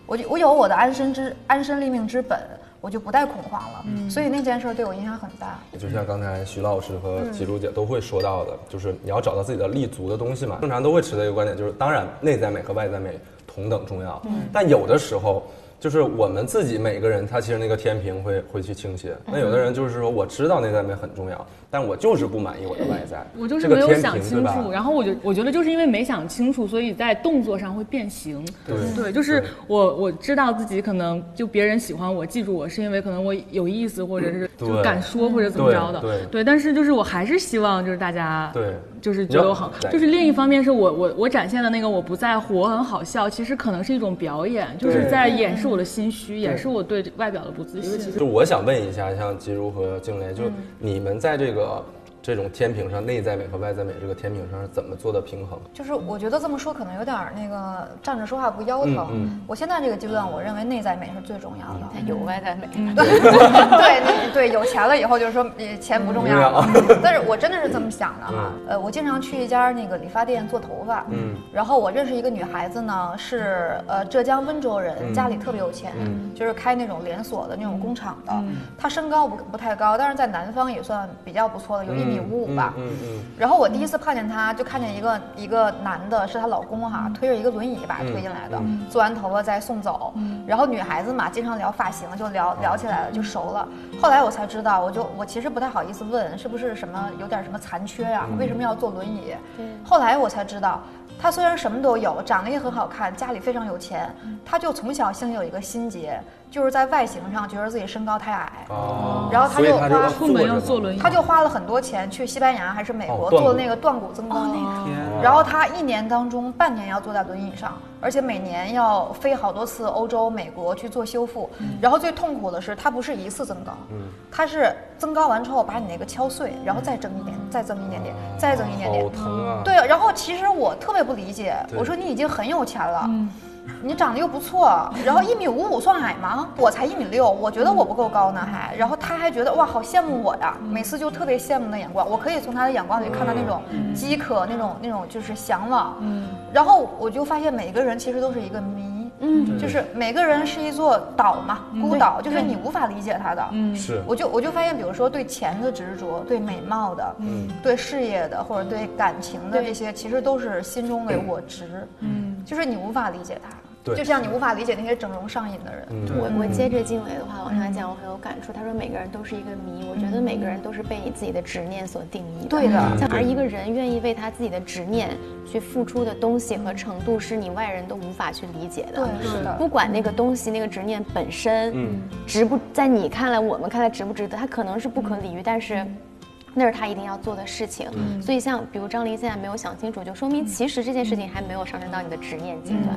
我就我有我的安身之安身立命之本，我就不带恐慌了，所以那件事儿对我影响很大。
就像刚才徐老师和
嗯
齐璐姐都会说到的，就是你要找到自己的立足的东西嘛。正常都会持的一个观点就是，当然内在美和外在美同等重要，
嗯
但有的时候。就是我们自己每个人，他其实那个天平会会去倾斜。那有的人就是说，我知道内在美很重要，但我就是不满意我的外在，
我就是
这个
没有
天
想
平
清
对吧
楚，然后我就我觉得就是因为没想清楚，所以在动作上会变形。
对
对，就是
对
我我知道自己可能就别人喜欢我，记住我是因为可能我有意思，或者是
嗯对
就敢说或者怎么着的。
对对
但是就是我还是希望就是大家
对
就是觉得我好
你要，
就是另一方面是我我我展现的那个我不在乎，我很好笑，其实可能是一种表演，就是
对
在掩饰我的心虚，掩饰我对外表的不自信。
就我想问一下，像吉如和静蕾，就
嗯
你们在这个这种天平上，内在美和外在美这个天平上是怎么做的平衡？
就是我觉得这么说可能有点儿那个站着说话不腰疼。
嗯嗯
我现在这个阶段，我认为内在美是最重要的。
嗯
嗯
有外在美。
对那对，有钱了以后就是说呃钱不重要了， 但是我真的是这么想的哈。呃，我经常去一家那个理发店做头发，嗯，然后我认识一个女孩子呢，是呃浙江温州人，家里特别有钱，就是开那种连锁的那种工厂的。她身高不不太高，但是在南方也算比较不错的，有一米五五吧。
嗯嗯
然后我第一次看见她，就看见一个一个男的，是她老公哈，推着一个轮椅把她推进来的，做完头发再送走。然后女孩子嘛，经常聊发型，就聊聊起来了，就熟了。后来我才知道，我就我其实不太好意思问，是不是什么有点什么残缺啊？为什么要坐轮椅？后来我才知道。她虽然什么都有，长得也很好看，家里非常有钱，她就从小性有一个心结，就是在外形上觉得自己身高太矮，
嗯，哦
然后他
所以
就
他就
花
出门要坐轮
椅，
椅，
她就花了很多钱去西班牙还是美
哦
国
断骨
做那个断骨增高，
天
然后她一年当中半年要坐在轮椅上，而且每年要飞好多次欧洲、美国去做修复。然后最痛苦的是，她不是一次增高，
嗯
她是增高完之后把你那个敲碎，然后再增一点，再增一点点，再增一点点
好。疼啊！
对，然后其实我特别不理解，我说你已经很有钱了。你长得又不错，然后一米五五算矮吗？我才一米六，我觉得我不够高呢，还。然后他还觉得哇，好羡慕我呀，每次就特别羡慕的眼光，我可以从他的眼光里看到那种饥渴，那种那种就是向往。然后我就发现每个人其实都是一个谜，嗯，就是每个人是一座岛嘛，孤岛，就是你无法理解他的，嗯
是
我就我就发现，比如说对钱的执着，对美貌的，嗯，对事业的，或者对感情的这些，其实都是心中为我执，嗯，就是你无法理解他，
对嗯
就像你无法理解那些整容上瘾的人，
我我接着静蕾的话往上讲，我很有感触。她说每个人都是一个谜，我觉得每个人都是被你自己的执念所定义的。
对的嗯
像而一个人愿意为他自己的执念去付出的东西和程度，是你外人都无法去理解的。
对是的
不管那个东西那个执念本身，
嗯
值不在你看来我们看来值不值得，它可能是不可理喻，但是。那是他一定要做的事情，所以像比如张琳现在没有想清楚，就说明其实这件事情还没有上升到你的执念阶段。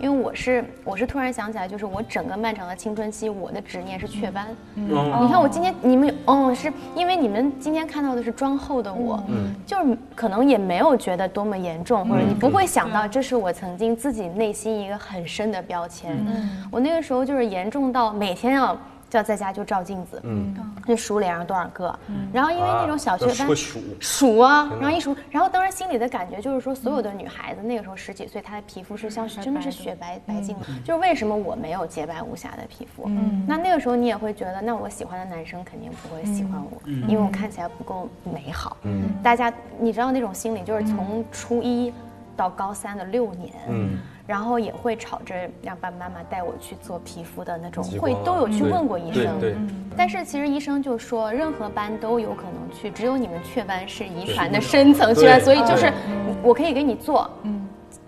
因为我是我是突然想起来，就是我整个漫长的青春期，我的执念是雀斑。你看我今天你们嗯，是因为你们今天看到的是妆后的我，就是可能也没有觉得多么严重，或者你不会想到这是我曾经自己内心一个很深的标签。我那个时候就是严重到每天要就要在家就照镜子，嗯，就数脸上多少个，然后因为那种小雀
啊
斑
会。数，
数啊，然后一数，然后当时心里的感觉就是说，所有的女孩子那个时候十几岁，她的皮肤是像真的嗯是雪白白净的，就是为什么我没有洁白无瑕的皮肤？那那个时候你也会觉得，那我喜欢的男生肯定不会喜欢我，因为我看起来不够美好。嗯大家你知道那种心理，就是从初一到高三的六年，
嗯
然后也会吵着让爸爸妈妈带我去做皮肤的那种，
激
会
光啊
都有去
对
问过医
对
生。嗯
对
但是其实医生就说，任何班都有可能去，只有你们雀斑是遗传的深层雀斑，
对嗯
所以就是我可以给你做，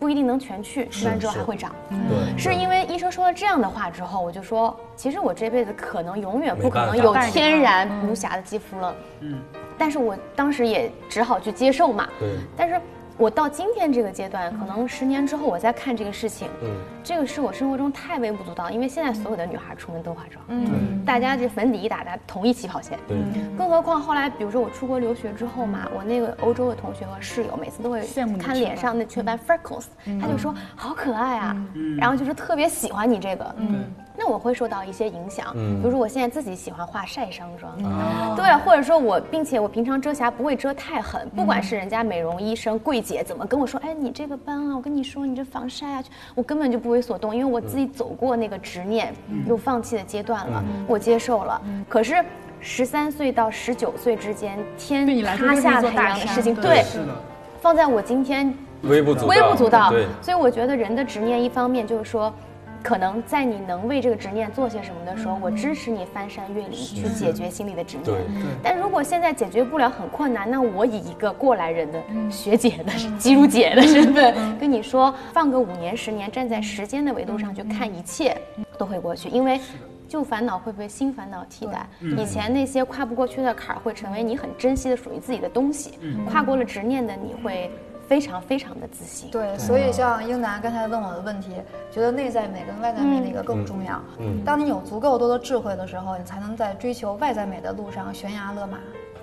不一定能全去，吃完之后
是
还会长。
对，
是因为医生说了这样的话之后，我就说，其实我这辈子可能永远不可能
没
有
办
法
天然无瑕的肌肤了。
嗯，
但是我当时也只好去接受嘛。
对，
但是我到今天这个阶段，可能十年之后我再看这个事情，
嗯，
这个是我生活中太微不足道，因为现在所有的女孩出门都化妆，
嗯
对，
大家这粉底一打，大家同一起跑线。
嗯对，
更何况后来，比如说我出国留学之后嘛，我那个欧洲的同学和室友每次都会
羡慕你
看
雀
脸
斑
上那雀
嗯
斑 freckles，他就说好可爱啊，
嗯
然后就说特别喜欢你这个。
嗯
嗯
对
那我会受到一些影响，
嗯
比如说我现在自己喜欢画晒伤妆，
啊
对，或者说我，并且我平常遮瑕不会遮太狠，不
嗯
管是人家美容医生柜姐怎么跟我说，哎，你这个斑啊，我跟你说，你这防晒啊，我根本就不为所动，因为我自己
嗯
走过那个执念
嗯
又放弃的阶段了，我接受了。可是。十三岁到十九岁之间，天
对你来说
塌
就是一
下
座
来一
大
样的
山
事情，
对
对，
是的，
放在我今天
微不足道，
微不足道
对，。
所以我觉得人的执念，一方面就是说，可能在你能为这个执念做些什么的时候，我支持你翻山越岭去解决心里的执念
嗯对。
但如果现在解决不了，很困难，那我以一个过来人的学姐的肌如姐的身份 跟你说，放个五年十年，站在时间的维度上去看一切，都会过去，因为。旧烦恼会被新烦恼替代，以前那些跨不过去的坎儿会成为你很珍惜的属于自己的东西，跨过了执念的你会非常非常的自信。
对，所以像英楠刚才问我的问题，觉得内在美跟外在美哪个更重要？
嗯嗯
当你有足够多的智慧的时候，你才能在追求外在美的路上悬崖勒马。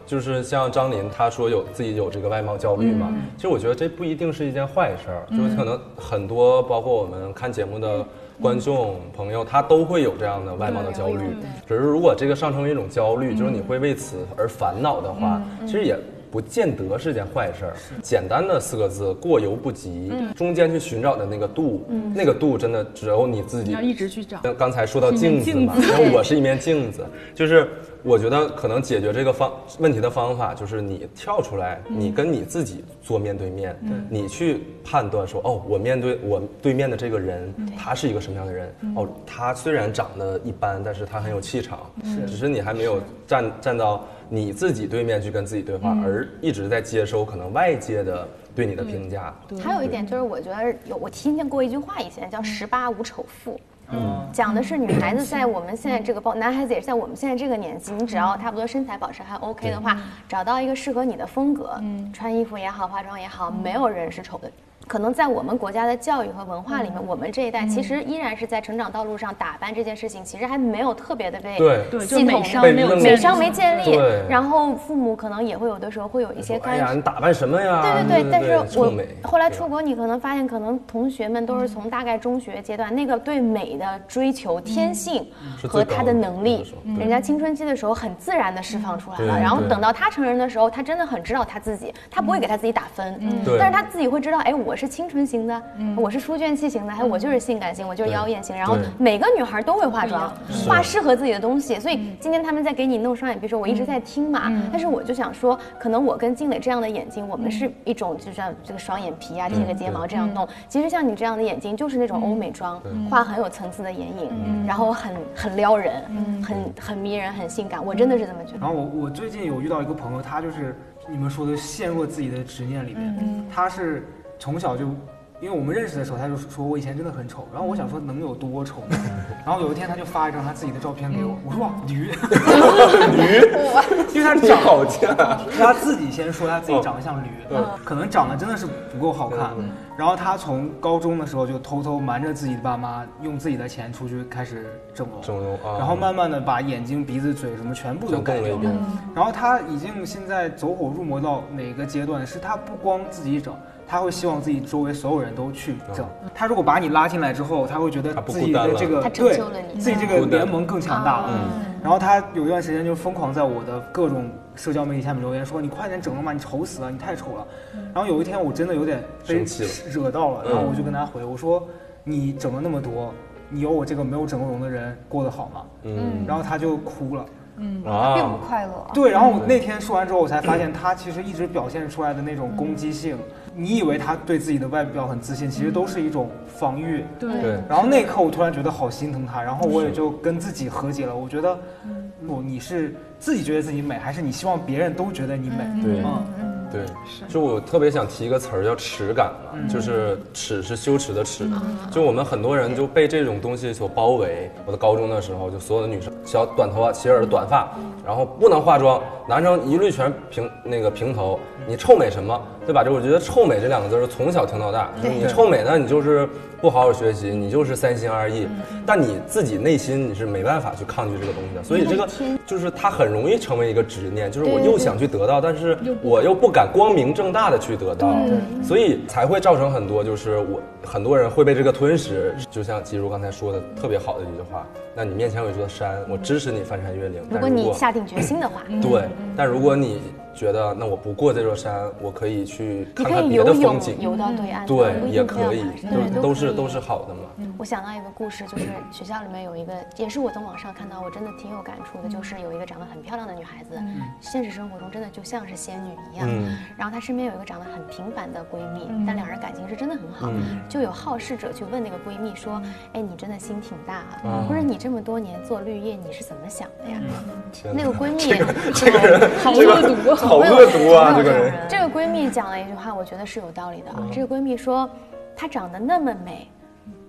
就是像张琳她说有自己有这个外貌焦虑嘛，
嗯
其实我觉得这不一定是一件坏事儿，就是可能很多包括我们看节目的观众朋友，他都会有这样的外貌的焦虑，
嗯
只是如果这个上升为一种焦虑，就是你会为此而烦恼的话，
嗯
其实也。不见得是件坏事儿，简单的四个字“过犹不及”，
嗯
中间去寻找的那个度，那个度真的只有你自己
你要一直去找。
那刚才说到镜子嘛，
镜
因为我是一面镜子，就是我觉得可能解决这个方问题的方法就是你跳出来，
嗯
你跟你自己做面对面，你去判断说，哦，我面对我对面的这个人，
嗯
他是一个什么样的人？哦，他虽然长得一般，但是他很有气场，
嗯
只是你还没有站站到你自己对面去跟自己对
嗯
话，而一直在接收可能外界的对你的评价。
还有一点
嗯
就是，我觉得有我听见过一句话，以前叫“十八无丑妇”，
嗯，
讲的是女孩子在我们现在这
嗯
个，包男孩子也是在我们现在这个年纪，你只要差不多身材保持还 OK 的
嗯
话，找到一个适合你的风格，穿衣服也好，化妆也好，
嗯
没有人是丑的。可能在我们国家的教育和文化里面，
嗯
我们这一代其实依然是在成长道路上，打扮这件事情其实还没有特别的被
对
对，就
系统
美
的
商
被
没有
弄
美
美
商没建立
对，
然后父母可能也会有的时候会有一些
哎
干
呀，
涉
你。打扮什么呀？
对对对，但是
臭
我
美
后来
对吧嗯
出国，你可能发现，可能同学们都是从大概中学阶段，那个对美的追求、天性
嗯是
和
最高
他的
的那个
能力
时候，对
人家青春期的时候很自然的释放出来了。
对
然后
对嗯
等到他成人的时候，他真的很知道他自己，他不会给他自己打分，嗯
对嗯
但是他自己会知道，哎，我是青春型的，我是书卷气型的，哎，我就是性感型，我就是
对
妖艳型。然后
对
每个女孩都会化妆，
是
化适合自己的东西。所以今天他们在给你弄双眼皮的时候，我一直在听嘛。但是我就想说，可能我跟静蕾这样的眼睛，我们是一种就像这个双眼皮啊，贴个睫毛这样弄。其实像你这样的眼睛，就是那种欧美妆，画很有层次的眼影，
嗯
然后很很撩人，很很迷人，很性感。我真的是这么觉得。
然后我我最近有遇到一个朋友，他就是你们说的陷入了自己的执念里面。他是从小就，因为我们认识的时候，他就说我以前真的很丑。然后我想说能有多丑呢？然后有一天他就发一张他自己的照片给我，我说哇驴，驴，因为他长
吵架。
是他自己先说他自己长得像驴，
哦
可能长得真的是不够好看。然后他从高中的时候就偷偷瞒着自己的爸妈，用自己的钱出去开始整容，
整容啊
然后慢慢的把眼睛、鼻子、嘴什么全部都
就
改
更了
掉
一遍。
然后他已经现在走火入魔到哪个阶段？是他不光自己整，他会希望自己周围所有人都去整。他如果把你拉进来之后，他会觉得
嗯他不
自
孤
己
单
的
了
这个
他拯
对
救了嗯你
自己这
嗯
个
孤单
联盟更强大了。
嗯
嗯
然后他有一段时间就疯狂在我的各种社交媒体下面留言说：“你快点整容吧，你丑死了，你太丑了。”然后有一天我真的有点被
生气了
惹到了，
嗯
然后我就跟他回我说：“你整了那么多，你有我这个没有整过容的人过得好吗？”
嗯，啊
然后他就哭了。
他并不快乐。
对，然后我那天说完之后，我才
嗯
发现他其实一直表现出来的那种攻击性，你以为他对自己的外表很自信，其实都是一种防御。
对，
然后那一刻我突然觉得好心疼他，然后我也就跟自己和解了。我觉得，我你是自己觉得自己美，还是你希望别人都觉得你美？
对
嗯，
对，就我特别想提一个词儿叫耻感嘛，就是耻是羞耻的耻，就我们很多人就被这种东西所包围。我在高中的时候，就所有的女生小短头发、齐耳短发，然后不能化妆，男生一律全平那个平头，你臭美什么？对吧？就我觉得“臭美”这两个字儿是从小听到大，就你臭美呢，你就是不好好学习，你就是三心二意，但你自己内心你是没办法去抗拒这个东西的，所以这个就是它很容易成为一个执念，就是我又想去得到，但是我又不敢光明正大的去得到，所以才会造成很多就是我很多人会被这个吞噬。就像吉如刚才说的特别好的一句话，那你面前有一座山，我支持你翻山越岭，
如
但
果你下定决心的话，
对，但如果你觉得那我不过这座山，我可以去
你
看
可
看
以
别
游
的风
泳
景，
游到对岸，
对
不，一
也
定非要
可以
爬山，
都都是
可以
都是好的嘛。
我想到一个故事，就是学校里面有一个，也是我从网上看到，我真的挺有感触的，就是有一个长得很漂亮的女孩子，现实生活中真的就像是仙女一样。
嗯
然后她身边有一个长得很平凡的闺蜜，但两人感情是真的很好。
嗯
就有好事者去问那个闺蜜说：“哎，你真的心挺大啊，
啊
或者你这么多年做绿叶，你是怎么想的呀？”
天哪
那个闺蜜也
嗯这个人，
好恶毒啊！
好恶毒啊！这个人，嗯
这个闺蜜讲了一句话，我觉得是有道理的啊。这个闺蜜说，她长得那么美，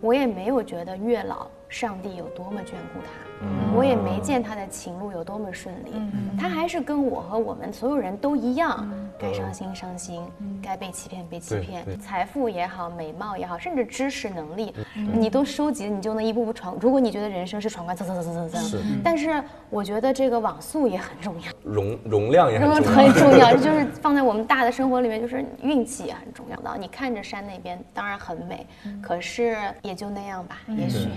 我也没有觉得月老上帝有多么眷顾她，
嗯
我也没见她的情路有多么顺利，她还是跟我和我们所有人都一样，该伤心伤心，该被欺骗被欺
对对
骗，财富也好，美貌也好，甚至知识能力，
嗯
你都收集，你就能一步步闯。如果你觉得人生是闯关，蹭蹭蹭蹭蹭
是
蹭，但是我觉得这个网速也很重要。
容容量也很
然后
重啊
很
要。
重要，这就是放在我们大的生活里面，就是运气也很重要的。你看着山那边当然很美，可是也就那样吧，也许。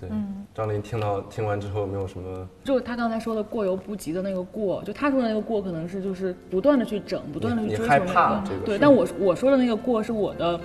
对，张琳听到听完之后有没有什么？
就是他刚才说的过犹不及的那个过，就他说的那个过，可能是就是不断的去整，不断的去
你
追求
害
那个。
怕这个
对，
是
但我我说的那个过是我的。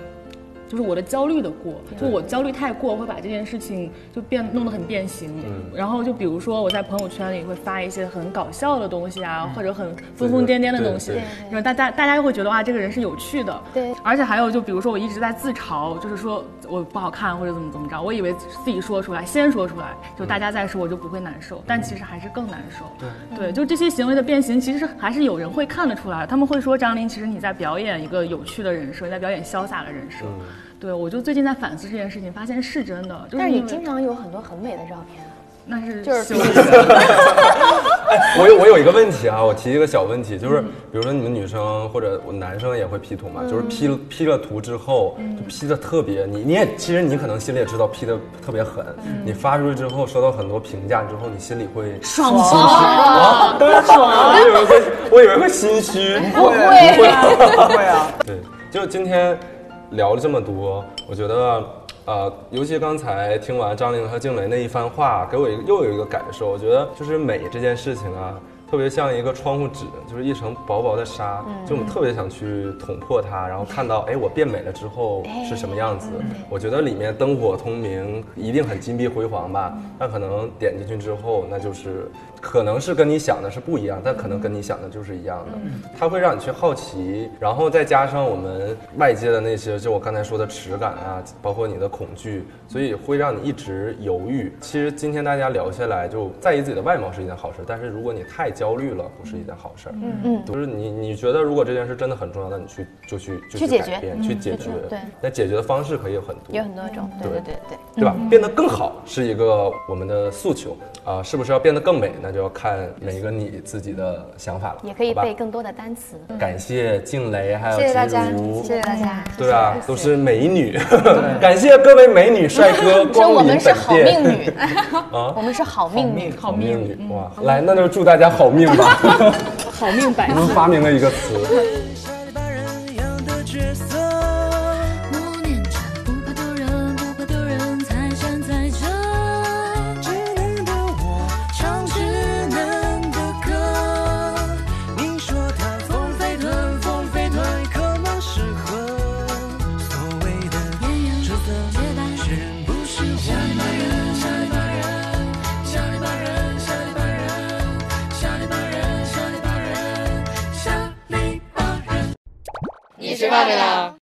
就是我的焦虑的过，就我焦虑太过，会把这件事情就变弄得很变形。
嗯
然后就比如说我在朋友圈里会发一些很搞笑的东西啊，或者很疯疯癫癫的东
嗯
西
对对，
然后大家大家会觉得哇，啊这个人是有趣的。
对
而且还有就比如说我一直在自嘲，就是说我不好看或者怎么怎么着，我以为自己说出来，先说出来，就大家再说我就不会难受，但其实还是更难受。对。
嗯
对，就这些行为的变形，其实还是有人会看得出来。他们会说张琳，其实你在表演一个有趣的人设，你在表演潇洒的人设。对，我就最近在反思这件事情，发现是真的。就
但是你
因为
经常有很多很美的照片啊，
那是
就是
修
比
炼
我有我有一个问题啊，我提一个小问题，就是比如说你们女生或者我男生也会 P 图嘛，就是 P 了 P 了图之后，就 P 的特别，你你也其实你可能心里也知道 P 的特别狠，你发出去之后收到很多评价之后，你心里会爽啊，当然爽啊，我以为会我以为会心虚，不会不会
对啊，
对，就今天聊了这么多，我觉得，呃，尤其刚才听完张玲和静蕾那一番话，给我一个又有一个感受，我觉得就是美这件事情啊，特别像一个窗户纸，就是一层薄薄的纱，就我们特别想去捅破它，然后看到，哎，我变美了之后是什么样子？我觉得里面灯火通明，一定很金碧辉煌吧，但可能点进去之后，那就是可能是跟你想的是不一样，但可能跟你想的就是一样的。它会让你去好奇，然后再加上我们外界的那些，就我刚才说的耻感啊，包括你的恐惧，所以会让你一直犹豫。其实今天大家聊下来，就在意自己的外貌是一件好事，但是如果你太焦虑了，不是一件好事。嗯嗯，就是你你觉得如果这件事真的很重要，那你去就去就
去解
改
决
变，去解决。
对
那解决的方式可以有很多
有。很多种。对对对对。
对吧？变得更好是一个我们的诉求啊、是不是要变得更美？那就要看每一个你自己的想法了。
也可以
好吧
背更多的单词，
感谢静蕾还有
谢谢大家
吉啊如，
谢谢大家。
对啊，都是美女， 感谢各位美女帅哥
这我
光临
们是
本
好命
店。啊
女，我们是好命 女，
好命女哇！来，那就祝大家好命吧。
好命百
我们发明了一个词。
沙里巴人一样的角色。
默念着不怕丢人，不怕丢人，才站在这。
稚嫩的我唱稚嫩的歌，你说它风飞轮，风飞轮可能适合所谓的
艳阳
出
结
色，
伴，
是不是
沙
我？
里巴人，沙里巴人，沙里巴人，沙里巴人，
到没了？